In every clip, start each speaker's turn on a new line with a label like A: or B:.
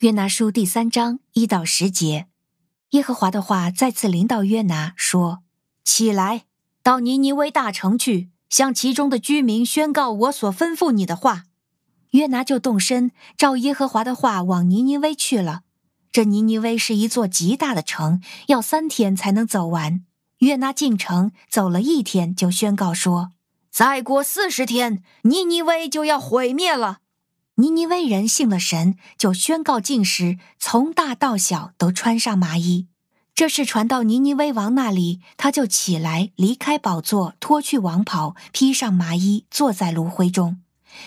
A: 约拿书第三章一到十节，耶和华的话再次临到约拿说：“起来，到尼尼微大城去，向其中的居民宣告我所吩咐你的话。”约拿就动身，照耶和华的话往尼尼微去了。这尼尼微是一座极大的城，要三天才能走完。约拿进城走了一天，就宣告说：“再过四十天，尼尼微就要毁灭了。”尼尼微人信了神，就宣告禁食，从大到小都穿上麻衣。这事传到尼尼微王那里，他就起来，离开宝座，脱去王袍，披上麻衣，坐在炉灰中。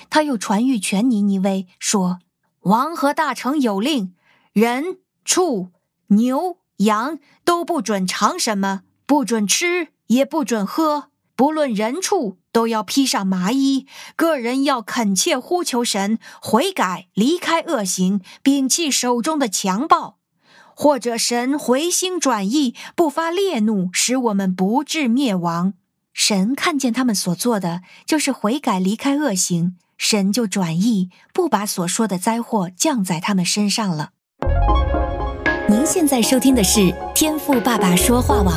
A: 他又传谕全尼尼微说：“王和大臣有令，人、畜、牛、羊都不准尝什么，不准吃，也不准喝。”不论人畜，都要披上麻衣。个人要恳切呼求神，悔改，离开恶行，摒弃手中的强暴。或者神回心转意，不发烈怒，使我们不至灭亡。神看见他们所做的，就是悔改，离开恶行，神就转意，不把所说的灾祸降在他们身上了。您现在收听的是《天赋爸爸说话网》。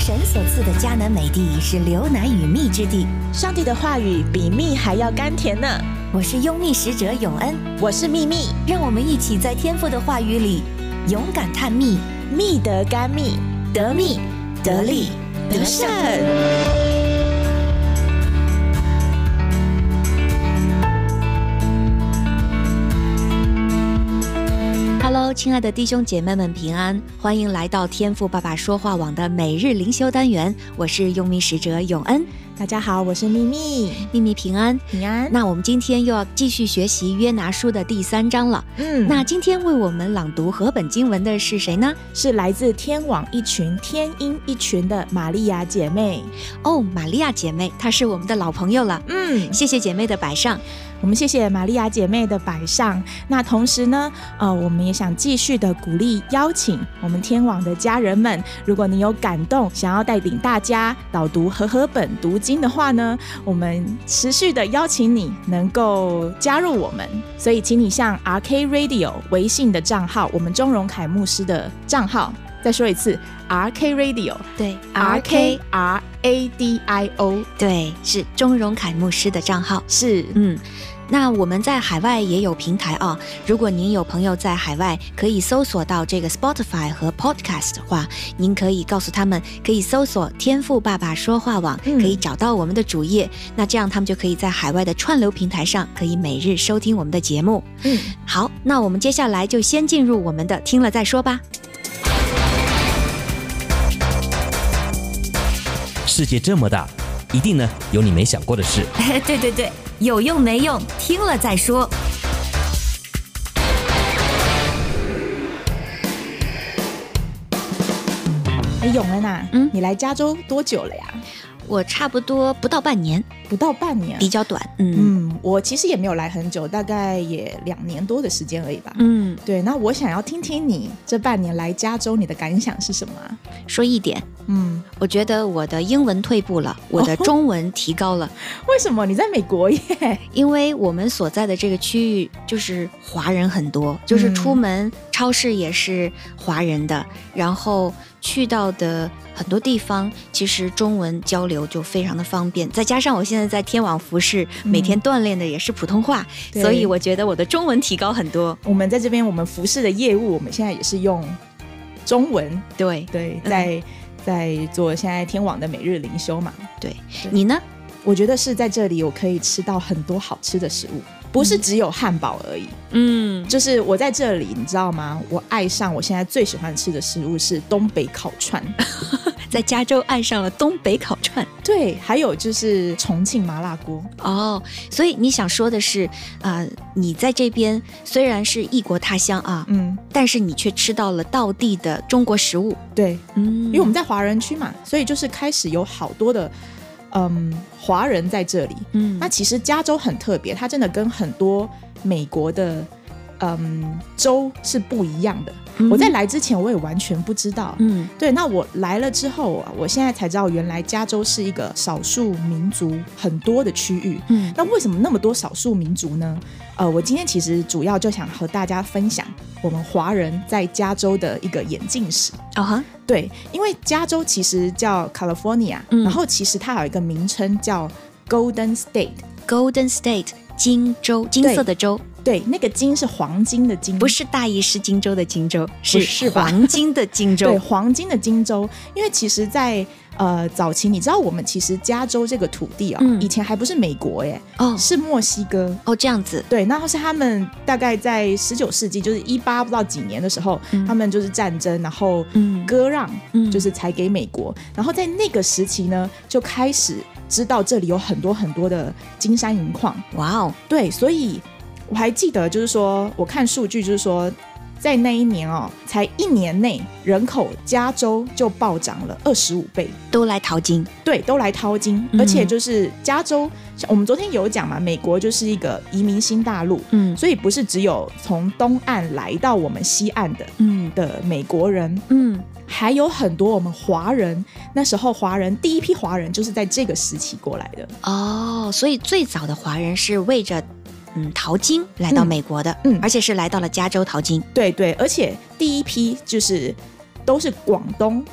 A: 神所赐的迦南美地是牛奶与蜜之地。
B: 上帝的话语比蜜还要甘甜呢。
A: 我是拥蜜使者永恩，
B: 我是秘密，
A: 让我们一起在天父的话语里勇敢探秘，
B: 蜜得甘蜜，
A: 得蜜得利得胜。Hello，亲爱的弟兄姐妹们平安，欢迎来到天赋爸爸说话网的每日灵修单元，我是用民使者永恩，
B: 大家好，我是秘密，
A: 秘密平安。
B: 平安。
A: 那我们今天又要继续学习约拿书的第三章了。
B: 嗯，
A: 那今天为我们朗读和本经文的是谁呢？
B: 是来自天网一群、天鹰一群的玛利亚姐妹。
A: 哦，玛利亚姐妹，她是我们的老朋友了。
B: 嗯，
A: 谢谢姐妹的摆上。
B: 我们谢谢玛利亚姐妹的摆上。那同时呢，呃，我们也想继续的鼓励邀请我们天网的家人们，如果你有感动，想要带领大家导读和合本读经的话呢，我们持续的邀请你能够加入我们。所以，请你向 RK Radio 微信的账号，我们钟荣凯牧师的账号，再说一次 RK Radio。
A: 对
B: R K R A D I O
A: 对，是钟荣凯牧师的账号。
B: 是，
A: 嗯，那我们在海外也有平台啊、如果您有朋友在海外，可以搜索到这个 Spotify 和 Podcast 的话，您可以告诉他们，可以搜索“天赋爸爸说话网”，
B: 嗯
A: 可以找到我们的主页。那这样他们就可以在海外的串流平台上，可以每日收听我们的节目。
B: 嗯，
A: 好，那我们接下来就先进入我们的听了再说吧。
C: 世界这么大，一定呢有你没想过的事。
A: 对对对，有用没用，听了再说。
B: 哎，永恩啊，
A: 嗯
B: 你来加州多久了呀？
A: 我差不多不到半年，
B: 不到半年
A: 比。较短。嗯
B: 嗯，我其实也没有来很久，大概也两年多的时间而已吧。
A: 嗯，
B: 对，那我想要听听你这半年来加州你的感想是什么啊？
A: 说一点，
B: 嗯，
A: 我觉得我的英文退步了，我的中文提高了，
B: 为什么你在美国耶？
A: 因为我们所在的这个区域就是华人很多，就是出门超市也是华人的，然后去到的很多地方，其实中文交流就非常的方便。再加上我现在在天网服饰，
B: 嗯
A: 每天锻炼的也是普通话，
B: 对
A: 所以我觉得我的中文提高很多。
B: 我们在这边，我们服饰的业务，我们现在也是用中文，
A: 对
B: 对，
A: 嗯
B: 在、在做现在天网的每日灵修嘛。
A: 对，
B: 对
A: 你呢？
B: 我觉得是在这里我可以吃到很多好吃的食物，不是只有汉堡而已。
A: 嗯，
B: 就是我在这里，你知道吗？我爱上我现在最喜欢吃的食物是东北烤串，
A: 在加州爱上了东北烤串。
B: 对，还有就是重庆麻辣锅。
A: 哦，所以你想说的是，啊、你在这边虽然是异国他乡啊，
B: 嗯，
A: 但是你却吃到了道地的中国食物。
B: 对，
A: 嗯，
B: 因为我们在华人区嘛，所以就是开始有好多的嗯华人在这里。
A: 嗯
B: 那其实加州很特别，它真的跟很多美国的嗯州是不一样的。
A: 嗯
B: 我在来之前我也完全不知道，
A: 嗯
B: 对，那我来了之后啊，我现在才知道原来加州是一个少数民族很多的区域。
A: 嗯
B: 那为什么那么多少数民族呢？呃，我今天其实主要就想和大家分享我们华人在加州的一个演进史。
A: 啊哈，
B: 对，因为加州其实叫 California，、
A: 嗯
B: 然后其实它有一个名称叫 Golden State。
A: Golden State 金州，金色的州，
B: 对，那个金是黄金的金，
A: 不是大意失荆州的荆州，
B: 是吧
A: 黄金的荆 州
B: 对，。黄金的金州，因为其实在，呃早期，你知道我们其实加州这个土地哦，
A: 嗯
B: 以前还不是美国耶，
A: 哦
B: 是墨西哥。
A: 哦，这样子，
B: 对，那是他们大概在十九世纪，就是一八不知道几年的时候，
A: 嗯
B: 他们就是战争，然后
A: 嗯
B: 割让，
A: 嗯
B: 就是才给美国。然后在那个时期呢，就开始知道这里有很多很多的金山银矿。
A: 哇哦，
B: 对，所以我还记得，就是说我看数据，就是说在那一年哦，才一年内人口加州就暴涨了二十五倍。
A: 都来淘金，
B: 对，都来淘金，
A: 嗯
B: 而且就是加州，像我们昨天有讲嘛，美国就是一个移民新大陆，
A: 嗯
B: 所以不是只有从东岸来到我们西岸的
A: 嗯
B: 的美国人，
A: 嗯，
B: 还有很多我们华人。那时候华人第一批华人就是在这个时期过来的。
A: 哦，所以最早的华人是为着嗯淘金来到
B: 嗯
A: 美国的，
B: 嗯
A: 而且是来到了加州淘金，
B: 对对，而且第一批就是都是广东，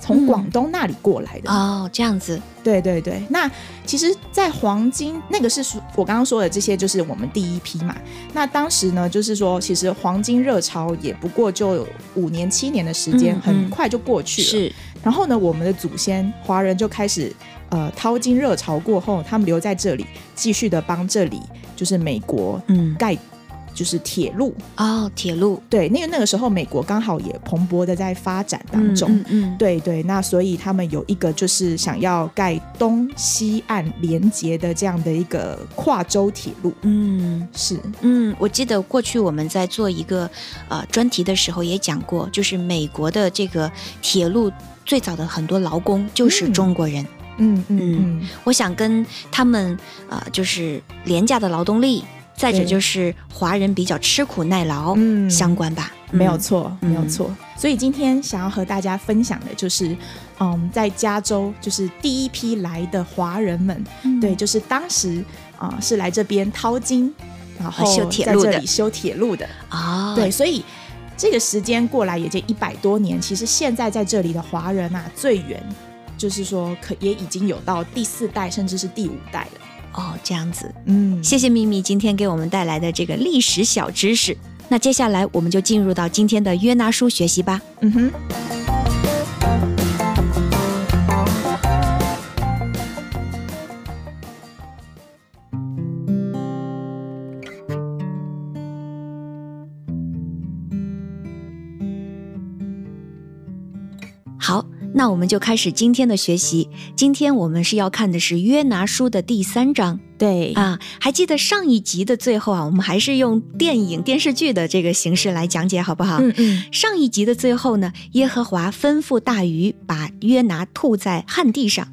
B: 从广东那里过来的。
A: 哦，这样子，
B: 对对对，那其实，在黄金那个是说我刚刚说的这些，就是我们第一批嘛。那当时呢，就是说，其实黄金热潮也不过就五年七年的时间，
A: 嗯嗯
B: 很快就过去了。。
A: 是
B: 然后呢，我们的祖先华人就开始呃淘金热潮过后，他们留在这里，继续的帮这里就是美国
A: 嗯
B: 盖就是铁路，
A: 哦，铁路
B: 对，那个那个时候美国刚好也蓬勃的在发展当中。
A: 嗯嗯嗯
B: 对对，那所以他们有一个就是想要盖东西岸连接的这样的一个跨州铁路，
A: 嗯
B: 是，
A: 嗯，我记得过去我们在做一个呃专题的时候也讲过，就是美国的这个铁路最早的很多劳工就是
B: 嗯
A: 中国人。
B: 嗯嗯嗯，
A: 我想跟他们呃，就是廉价的劳动力，再者
B: 对
A: 就是华人比较吃苦耐劳、
B: 嗯
A: 相关吧。
B: 没有
A: 嗯
B: 错，
A: 嗯
B: 没有错。所以今天想要和大家分享的就是，嗯，在加州就是第一批来的华人们，
A: 嗯
B: 对，，就是当时啊、是来这边淘金，然后
A: 啊修铁
B: 在
A: 路
B: 这
A: 的
B: 里修铁路的，
A: 哦，
B: 对，，所以这个时间过来也就一百多年，其实现在在这里的华人啊，最远就是说可也已经有到第四代甚至是第五代了。
A: 哦，这样子。
B: 嗯
A: 谢谢咪咪今天给我们带来的这个历史小知识。那接下来我们就进入到今天的约拿书学习吧。
B: 嗯哼，
A: 好，那我们就开始今天的学习。今天我们是要看的是约拿书的第三章
B: 对
A: 啊。还记得上一集的最后啊，我们还是用电影电视剧的这个形式来讲解，好不好？
B: 嗯嗯，
A: 上一集的最后呢，耶和华吩咐大鱼把约拿吐在旱地上。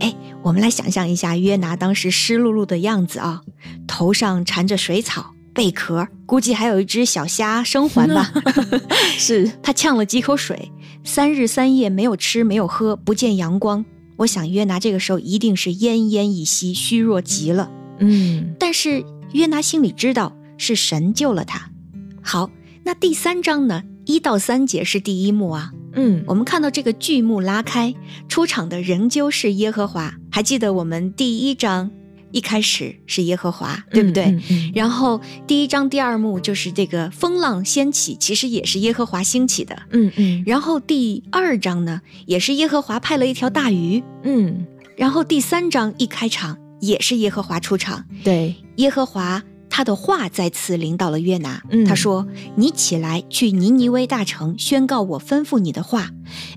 A: 哎，我们来想象一下约拿当时湿漉漉的样子啊，头上缠着水草、贝壳，估计还有一只小虾生还吧。
B: 是，
A: 他呛了几口水，三日三夜没有吃没有喝，不见阳光。我想约拿这个时候一定是奄奄一息，虚弱极了。
B: 嗯
A: 但是约拿心里知道是神救了他。好，那第三章呢？一到三节是第一幕啊。
B: 嗯
A: 我们看到这个剧幕拉开，出场的仍旧是耶和华。还记得我们第一章一开始是耶和华，对不对？
B: 嗯嗯
A: 然后第一章第二幕就是这个风浪掀起，其实也是耶和华兴起的。
B: 嗯嗯
A: 然后第二章呢，也是耶和华派了一条大鱼。
B: 嗯，
A: 然后第三章一开场也是耶和华出场，
B: 对，
A: 耶和华他的话再次领导了约拿，
B: 嗯
A: 他说：“你起来去尼尼微大城，宣告我吩咐你的话。”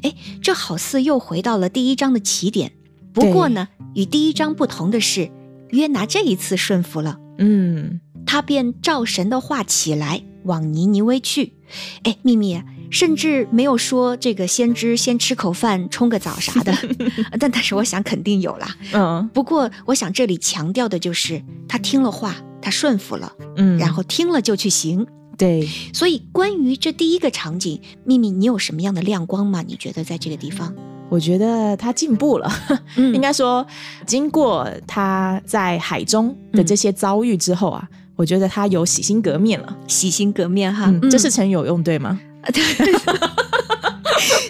A: 哎，这好似又回到了第一章的起点。不过呢，与第一章不同的是，约拿这一次顺服了，
B: 嗯
A: 他便照神的话起来，往尼尼微去。哎，秘密、啊。甚至没有说这个先知先吃口饭冲个澡啥的，但但是我想肯定有啦。
B: 嗯
A: 不过我想这里强调的就是他听了话，他顺服了，
B: 嗯，
A: 然后听了就去行。
B: 对，
A: 所以，关于这第一个场景，秘密，你有什么样的亮光吗？你觉得在这个地方，
B: 我觉得他进步了。
A: 嗯
B: 应该说，经过他在海中的这些遭遇之后啊，
A: 嗯
B: 我觉得他有洗心革面了。
A: 洗心革面哈，
B: 嗯，
A: 嗯
B: 这是成语有用对吗？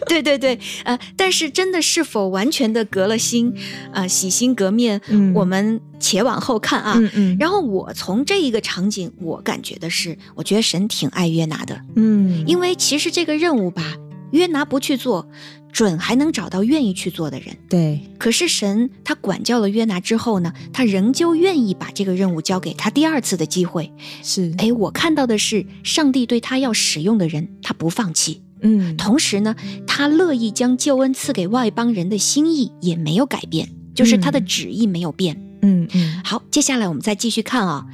A: 对对对，呃，但是真的是否完全的革了心，呃，洗心革面，
B: 嗯
A: 我们且往后看啊。
B: 嗯嗯，
A: 然后我从这一个场景，我感觉的是，我觉得神挺爱约拿的，
B: 嗯，
A: 因为其实这个任务吧，约拿不去做，准还能找到愿意去做的人。
B: 对，
A: 可是神他管教了约拿之后呢，他仍旧愿意把这个任务交给他第二次的机会。
B: 是，
A: 哎，我看到的是上帝对他要使用的人，他不放弃。
B: 嗯，
A: 同时呢，他乐意将救恩赐给外邦人的心意也没有改变，就是他的
B: 嗯
A: 旨意没有变。
B: 嗯嗯，
A: 好，接下来我们再继续看啊，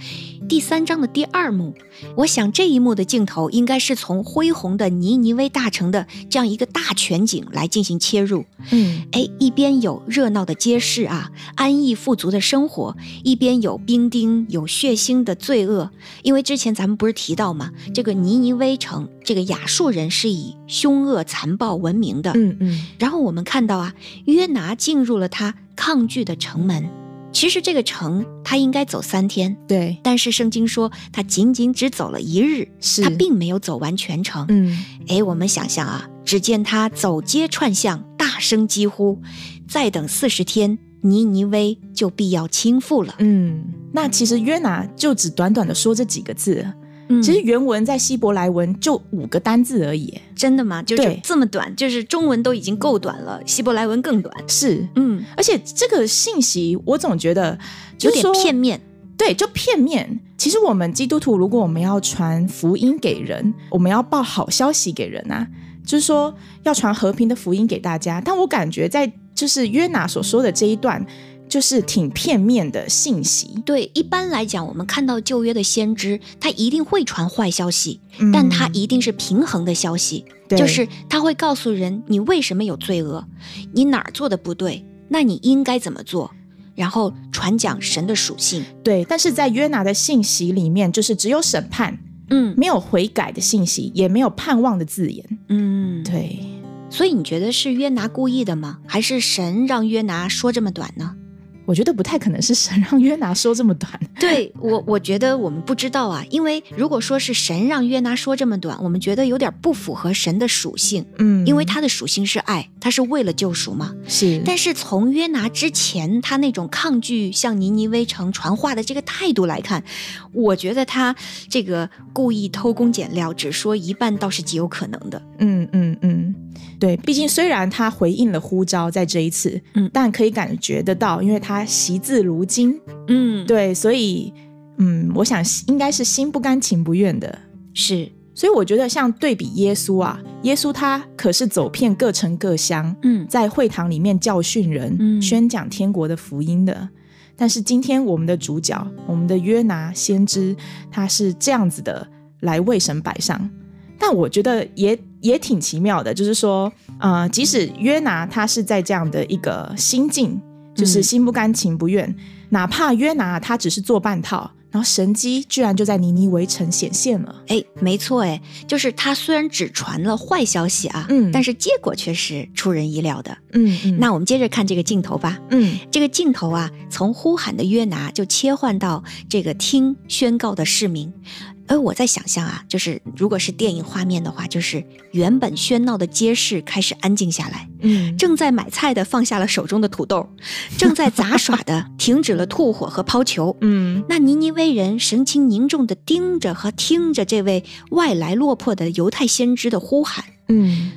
A: 第三章的第二幕，我想这一幕的镜头应该是从恢宏的尼尼微大城的这样一个大全景来进行切入。
B: 嗯，
A: 哎，一边有热闹的街市啊，安逸富足的生活，一边有兵丁，有血腥的罪恶。因为之前咱们不是提到嘛，这个尼尼微城，这个亚述人是以凶恶残暴闻名的。
B: 嗯嗯，
A: 然后我们看到啊，约拿进入了他抗拒的城门。其实这个城他应该走三天，
B: 对，
A: 但是圣经说他仅仅只走了一日，
B: 是
A: 他并没有走完全程。
B: 嗯
A: 哎，我们想象啊，只见他走街串巷，大声疾呼：“再等四十天，尼尼微就必要倾覆了。
B: 嗯。那其实约拿就只短短的说这几个字，
A: 嗯
B: 其实原文在希伯来文就五个单字而已。
A: 真的吗？就是
B: 对
A: 这么短，就是中文都已经够短了，希伯来文更短。
B: 是，
A: 嗯，
B: 而且这个信息我总觉得
A: 有
B: 就
A: 点
B: 是说
A: 片面。
B: 对，就片面。其实我们基督徒，如果我们要传福音给人，我们要报好消息给人啊，就是说要传和平的福音给大家。但我感觉在就是约拿所说的这一段，就是挺片面的信息，
A: 对，一般来讲，我们看到旧约的先知，他一定会传坏消息，
B: 嗯
A: 但他一定是平衡的消息，
B: 对
A: 就是他会告诉人你为什么有罪恶，你哪儿做的不对，那你应该怎么做，然后传讲神的属性。
B: 对。但是在约拿的信息里面，就是只有审判，
A: 嗯，
B: 没有悔改的信息，也没有盼望的字眼。
A: 嗯，。
B: 对，
A: 所以你觉得是约拿故意的吗？还是神让约拿说这么短呢？
B: 我觉得不太可能是神让约拿说这么短。
A: 对我，我觉得我们不知道啊，因为如果说是神让约拿说这么短，我们觉得有点不符合神的属性，
B: 嗯
A: 因为他的属性是爱，他是为了救赎嘛。
B: 是，
A: 但是从约拿之前他那种抗拒向尼尼微城传话的这个态度来看，我觉得他这个故意偷工减料，只说一半倒是极有可能的。
B: 嗯嗯嗯，对，毕竟虽然他回应了呼召在这一次，
A: 嗯
B: 但可以感觉得到，因为他惜字如金，
A: 嗯，，
B: 对，所以，嗯，我想应该是心不甘情不愿的。
A: 是，
B: 所以我觉得，像对比耶稣啊，耶稣他可是走遍各城各乡，
A: 嗯
B: 在会堂里面教训人，
A: 嗯
B: 宣讲天国的福音的。但是今天我们的主角，我们的约拿先知，他是这样子的来为神摆上。但我觉得也也挺奇妙的，就是说，呃，即使约拿他是在这样的一个心境，就是
A: 嗯
B: 心不甘情不愿，哪怕约拿他只是做半套，然后神机居然就在尼尼微城显现了。
A: 哎，没错，哎，就是他虽然只传了坏消息啊，
B: 嗯
A: 但是结果却是出人意料的。
B: 嗯嗯
A: 那我们接着看这个镜头吧。
B: 嗯
A: 这个镜头啊，从呼喊的约拿就切换到这个听宣告的市民。而我在想象啊，就是如果是电影画面的话，就是原本喧闹的街市开始安静下来，
B: 嗯，
A: 正在买菜的放下了手中的土豆，正在杂耍的停止了吐火和抛球，
B: 嗯
A: 那尼尼微人神情凝重地盯着和听着这位外来落魄的犹太先知的呼喊。
B: 嗯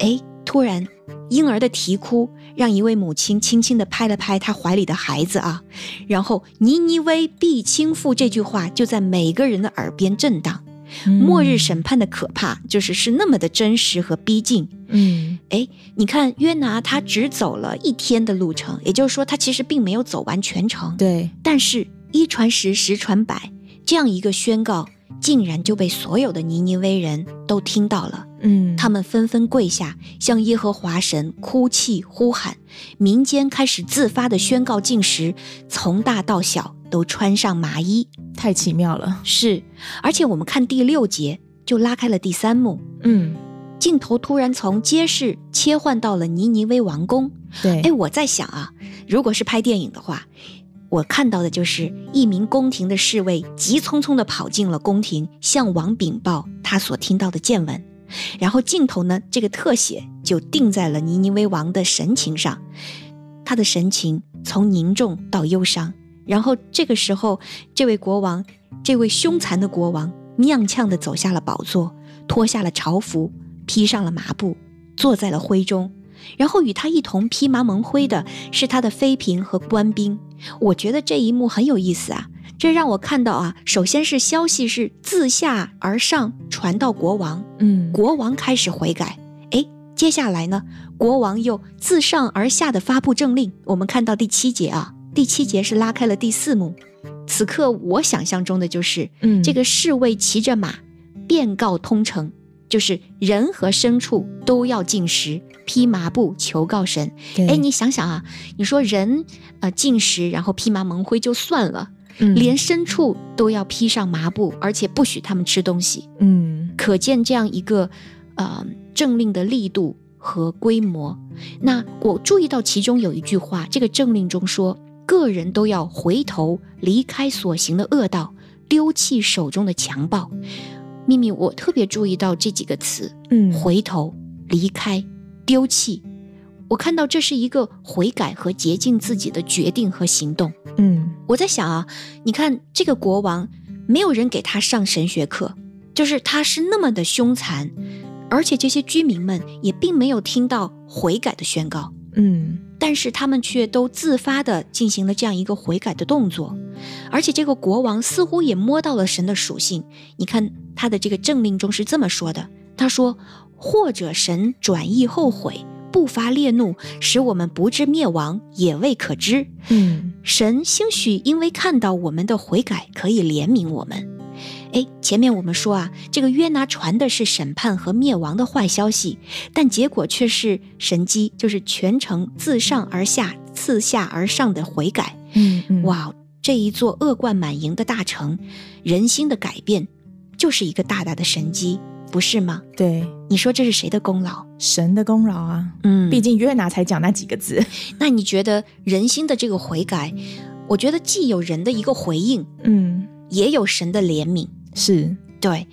A: 哎，突然，婴儿的啼哭让一位母亲轻轻地拍了拍她怀里的孩子啊，然后“尼尼微必倾覆”这句话就在每个人的耳边震荡。
B: 嗯
A: 末日审判的可怕，就是是那么的真实和逼近。
B: 嗯
A: 哎，你看约拿他只走了一天的路程，也就是说他其实并没有走完全程。
B: 对
A: 但是，一传十，十传百，这样一个宣告，竟然就被所有的尼尼微人都听到了。
B: 嗯，
A: 他们纷纷跪下，向耶和华神哭泣呼喊。民间开始自发的宣告禁食，从大到小都穿上麻衣。
B: 太奇妙了。
A: 是，而且我们看第六节就拉开了第三幕，
B: 嗯，
A: 镜头突然从街市切换到了尼尼微王宫。
B: 对，
A: 哎，我在想啊，如果是拍电影的话，我看到的就是一名宫廷的侍卫急匆匆地跑进了宫廷，向王禀报他所听到的见闻。然后镜头呢，这个特写就定在了尼尼微王的神情上，他的神情从凝重到忧伤。然后这个时候，这位国王，这位凶残的国王，踉跄地走下了宝座，脱下了朝服，披上了麻布，坐在了灰中。然后与他一同披麻蒙灰的是他的妃嫔和官兵。我觉得这一幕很有意思啊，这让我看到啊，首先是消息是自下而上传到国王，
B: 嗯，
A: 国王开始悔改。诶，接下来呢，国王又自上而下的发布政令。我们看到第七节啊，第七节是拉开了第四幕。此刻我想象中的就是
B: 嗯，
A: 这个侍卫骑着马，遍告通城，就是人和牲畜都要进食，披麻布求告神。
B: 对，
A: 哎，你想想啊，你说人呃进食，然后披麻蒙灰就算了，
B: 嗯
A: 连牲畜都要披上麻布，而且不许他们吃东西。
B: 嗯
A: 可见这样一个呃政令的力度和规模。那我注意到其中有一句话，这个政令中说，个人都要回头离开所行的恶道，丢弃手中的强暴。秘密，我特别注意到这几个词：
B: 嗯
A: 回头、离开、丢弃。我看到这是一个悔改和洁净自己的决定和行动。
B: 嗯
A: 我在想啊，你看这个国王，没有人给他上神学课，就是他是那么的凶残，而且这些居民们也并没有听到悔改的宣告，
B: 嗯
A: 但是他们却都自发的进行了这样一个悔改的动作，而且这个国王似乎也摸到了神的属性。你看他的这个政令中是这么说的，他说：“或者神转意后悔，不发烈怒，使我们不至灭亡，也未可知。”
B: 嗯
A: 神兴许因为看到我们的悔改，可以怜悯我们。哎，前面我们说啊，这个约拿传的是审判和灭亡的坏消息，但结果却是神机，就是全程自上而下、自下而上的悔改。
B: 嗯嗯，
A: 哇，哦这一座恶贯满盈的大城，人心的改变，就是一个大大的神机，不是吗？
B: 对，
A: 你说这是谁的功劳？
B: 神的功劳啊，
A: 嗯
B: 毕竟约拿才讲那几个字，
A: 那你觉得人心的这个悔改，我觉得既有人的一个回应，
B: 嗯，
A: 也有神的怜悯。
B: 是，
A: 对，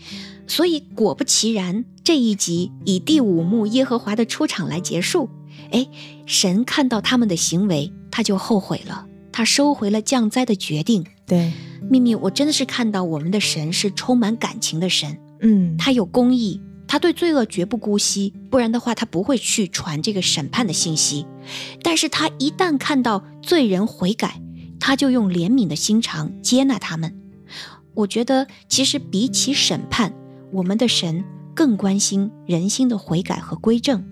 A: 所以果不其然，这一集以第五幕耶和华的出场来结束。哎，神看到他们的行为，他就后悔了，他收回了降灾的决定。
B: 对，
A: 秘密，我真的是看到我们的神是充满感情的神，
B: 嗯，
A: 他有公义，他对罪恶绝不姑息，不然的话他不会去传这个审判的信息。但是他一旦看到罪人悔改，他就用怜悯的心肠接纳他们。我觉得其实比起审判，我们的神更关心人心的悔改和归正。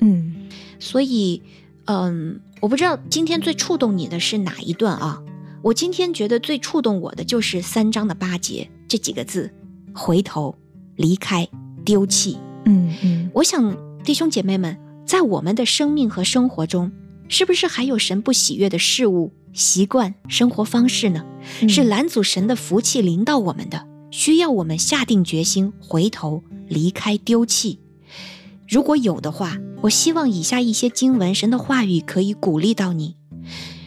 B: 嗯
A: 所以，嗯，我不知道今天最触动你的是哪一段啊？我今天觉得最触动我的就是三章的八节这几个字：回头、离开、丢弃。
B: 嗯嗯，
A: 我想，弟兄姐妹们，在我们的生命和生活中，是不是还有神不喜悦的事物、习惯、生活方式呢？
B: 嗯
A: 是拦阻神的福气临到我们的，需要我们下定决心回头离开丢弃。如果有的话，我希望以下一些经文，神的话语可以鼓励到你。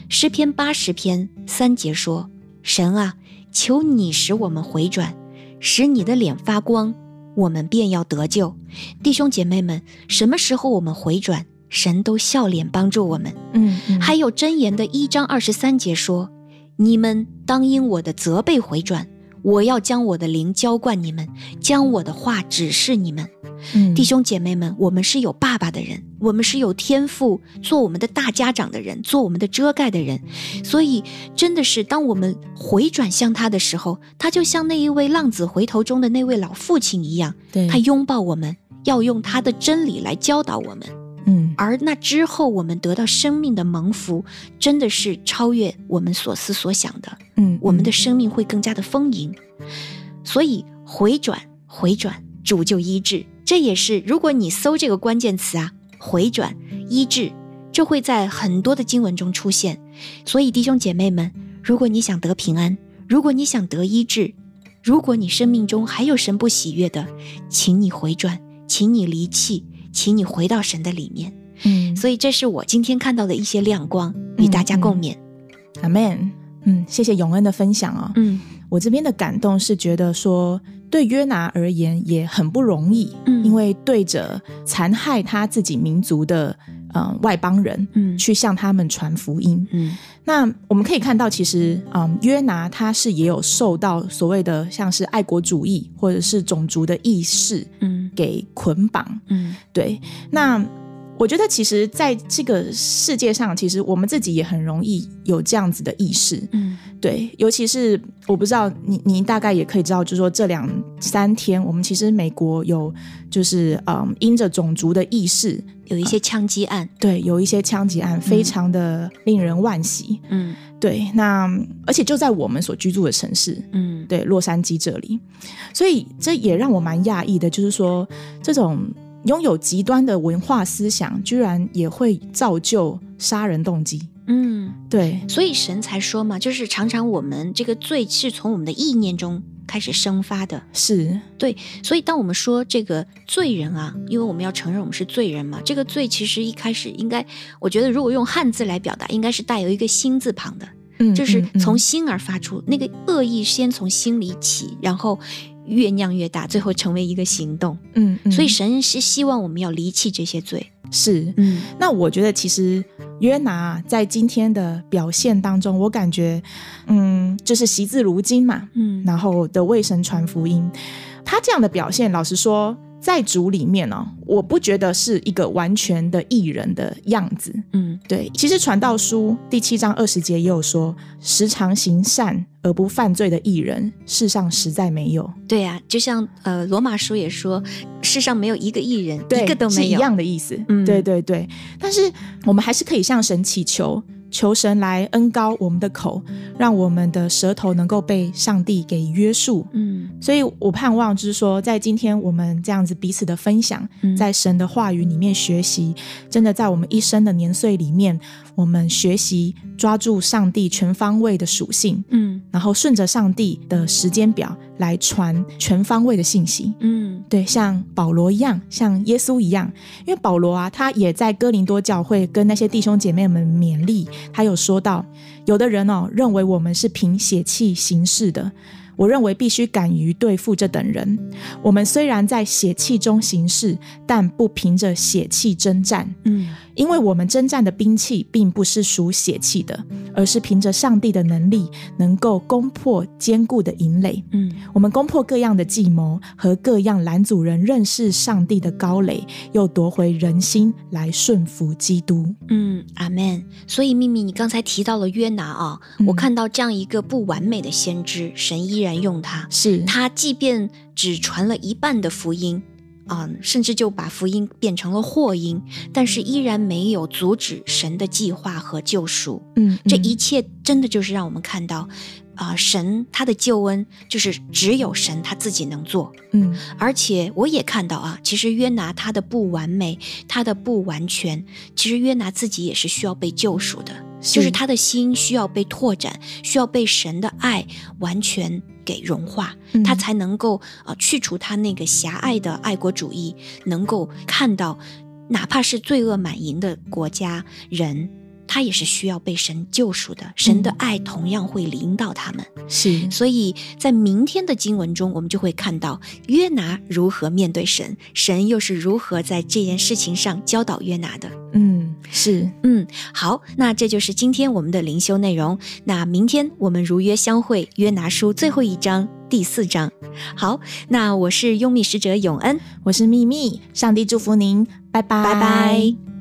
A: 诗篇八十篇三节说：“神啊，求你使我们回转，使你的脸发光，我们便要得救。”弟兄姐妹们，什么时候我们回转，神都笑脸帮助我们。
B: 嗯，嗯
A: 还有箴言的一章二十三节说：“你们当因我的责备回转，我要将我的灵浇灌你们，将我的话指示你们。”
B: 嗯
A: 弟兄姐妹们，我们是有爸爸的人，我们是有天赋做我们的大家长的人，做我们的遮盖的人，所以真的是当我们回转向他的时候，他就像那一位浪子回头中的那位老父亲一样，
B: 对
A: 他拥抱我们，要用他的真理来教导我们。
B: 嗯
A: 而那之后，我们得到生命的蒙福，真的是超越我们所思所想的，
B: 嗯
A: 我们的
B: 嗯
A: 生命会更加的丰盈。所以，回转，回转，主就医治。这也是如果你搜这个关键词啊，回转医治，这会在很多的经文中出现。所以弟兄姐妹们，如果你想得平安，如果你想得医治，如果你生命中还有神不喜悦的，请你回转，请你离弃，请你回到神的里面。
B: 嗯
A: 所以这是我今天看到的一些亮光，与大家共勉。
B: 阿 man，嗯，谢谢永恩的分享哦。
A: 嗯
B: 我这边的感动是觉得说，对约拿而言也很不容易，
A: 嗯
B: 因为对着残害他自己民族的呃外邦人，
A: 嗯
B: 去向他们传福音。
A: 嗯
B: 那我们可以看到，其实，嗯，约拿他是也有受到所谓的像是爱国主义或者是种族的意识
A: 嗯
B: 给捆绑。
A: 嗯
B: 对，那我觉得其实在这个世界上，其实我们自己也很容易有这样子的意识。
A: 嗯
B: 对，尤其是我不知道你，你大概也可以知道，就是说这两三天，我们其实美国有就是嗯，因着种族的意识，
A: 有一些枪击案。
B: 对，有一些枪击案，非常的令人惋惜。
A: 嗯
B: 对，那而且就在我们所居住的城市，
A: 嗯
B: 对，洛杉矶这里，所以这也让我蛮讶异的，就是说这种拥有极端的文化思想，居然也会造就杀人动机。
A: 嗯，
B: 对，
A: 所以神才说嘛，就是常常我们这个罪是从我们的意念中开始生发的。
B: 是，
A: 所以，当我们说这个罪人啊，因为我们要承认我们是罪人嘛，这个罪其实一开始应该，我觉得如果用汉字来表达，应该是带有一个心字旁的，
B: 嗯，
A: 就是
B: 嗯嗯
A: 从心而发出，那个恶意先从心里起，然后越酿越大，最后成为一个行动。
B: 嗯，嗯
A: 所以，神是希望我们要离弃这些罪。
B: 是。
A: 嗯
B: 那我觉得其实约拿在今天的表现当中，我感觉，嗯，就是惜字如金嘛，
A: 嗯
B: 然后的为神传福音。他这样的表现，老实说，在主里面哦，我不觉得是一个完全的艺人的样子。
A: 嗯
B: 对，其实传道书第七章二十节也有说，时常行善而不犯罪的艺人，世上实在没有，
A: 对呀、就像呃，罗马书也说，世上没有一个艺人，
B: 对，
A: 一个都
B: 是
A: 没
B: 一
A: 有。
B: 样的意思。
A: 嗯
B: 对对对。但是我们还是可以向神祈求，求神来恩高我们的口，让我们的舌头能够被上帝给约束。
A: 嗯
B: 所以我盼望就是说，在今天我们这样子彼此的分享，
A: 嗯
B: 在神的话语里面学习，真的在我们一生的年岁里面，我们学习抓住上帝全方位的属性，
A: 嗯
B: 然后顺着上帝的时间表来传全方位的信息。
A: 嗯
B: 对，像保罗一样，像耶稣一样，因为保罗啊，他也在哥林多教会跟那些弟兄姐妹们勉励，他有说到，有的人哦，认为我们是凭血气行事的，我认为必须敢于对付这等人。我们虽然在血气中行事，但不凭着血气征战，
A: 嗯
B: 因为我们征战的兵器并不是属血气的，而是凭着上帝的能力，能够攻破坚固的营垒。
A: 嗯
B: 我们攻破各样的计谋和各样拦阻人认识上帝的高垒，又夺回人心来顺服基督。
A: 嗯，阿门。所以，秘密，你刚才提到了约拿啊，
B: 嗯
A: 我看到这样一个不完美的先知，神依然用他。
B: 是
A: 他即便只传了一半的福音，啊、甚至就把福音变成了祸音，但是依然没有阻止神的计划和救赎。
B: 嗯，
A: 这一切真的就是让我们看到，啊、神他的救恩就是只有神他自己能做。
B: 嗯
A: 而且我也看到啊，其实约拿他的不完美，他的不完全，其实约拿自己也是需要被救赎的，
B: 嗯
A: 就是他的心需要被拓展，需要被神的爱完全给融化，
B: 嗯
A: 他才能够呃去除他那个狭隘的爱国主义，能够看到，哪怕是罪恶满盈的国家人。他也是需要被神救赎的，神的
B: 嗯
A: 爱同样会领导他们。
B: 是
A: 所以在明天的经文中，我们就会看到约拿如何面对神，神又是如何在这件事情上教导约拿的。
B: 嗯是
A: 嗯，好，那这就是今天我们的灵修内容。那明天我们如约相会，约拿书最后一章第四章。好，那我是拥密使者永恩，
B: 我是秘密，上帝祝福您，拜拜
A: 拜拜。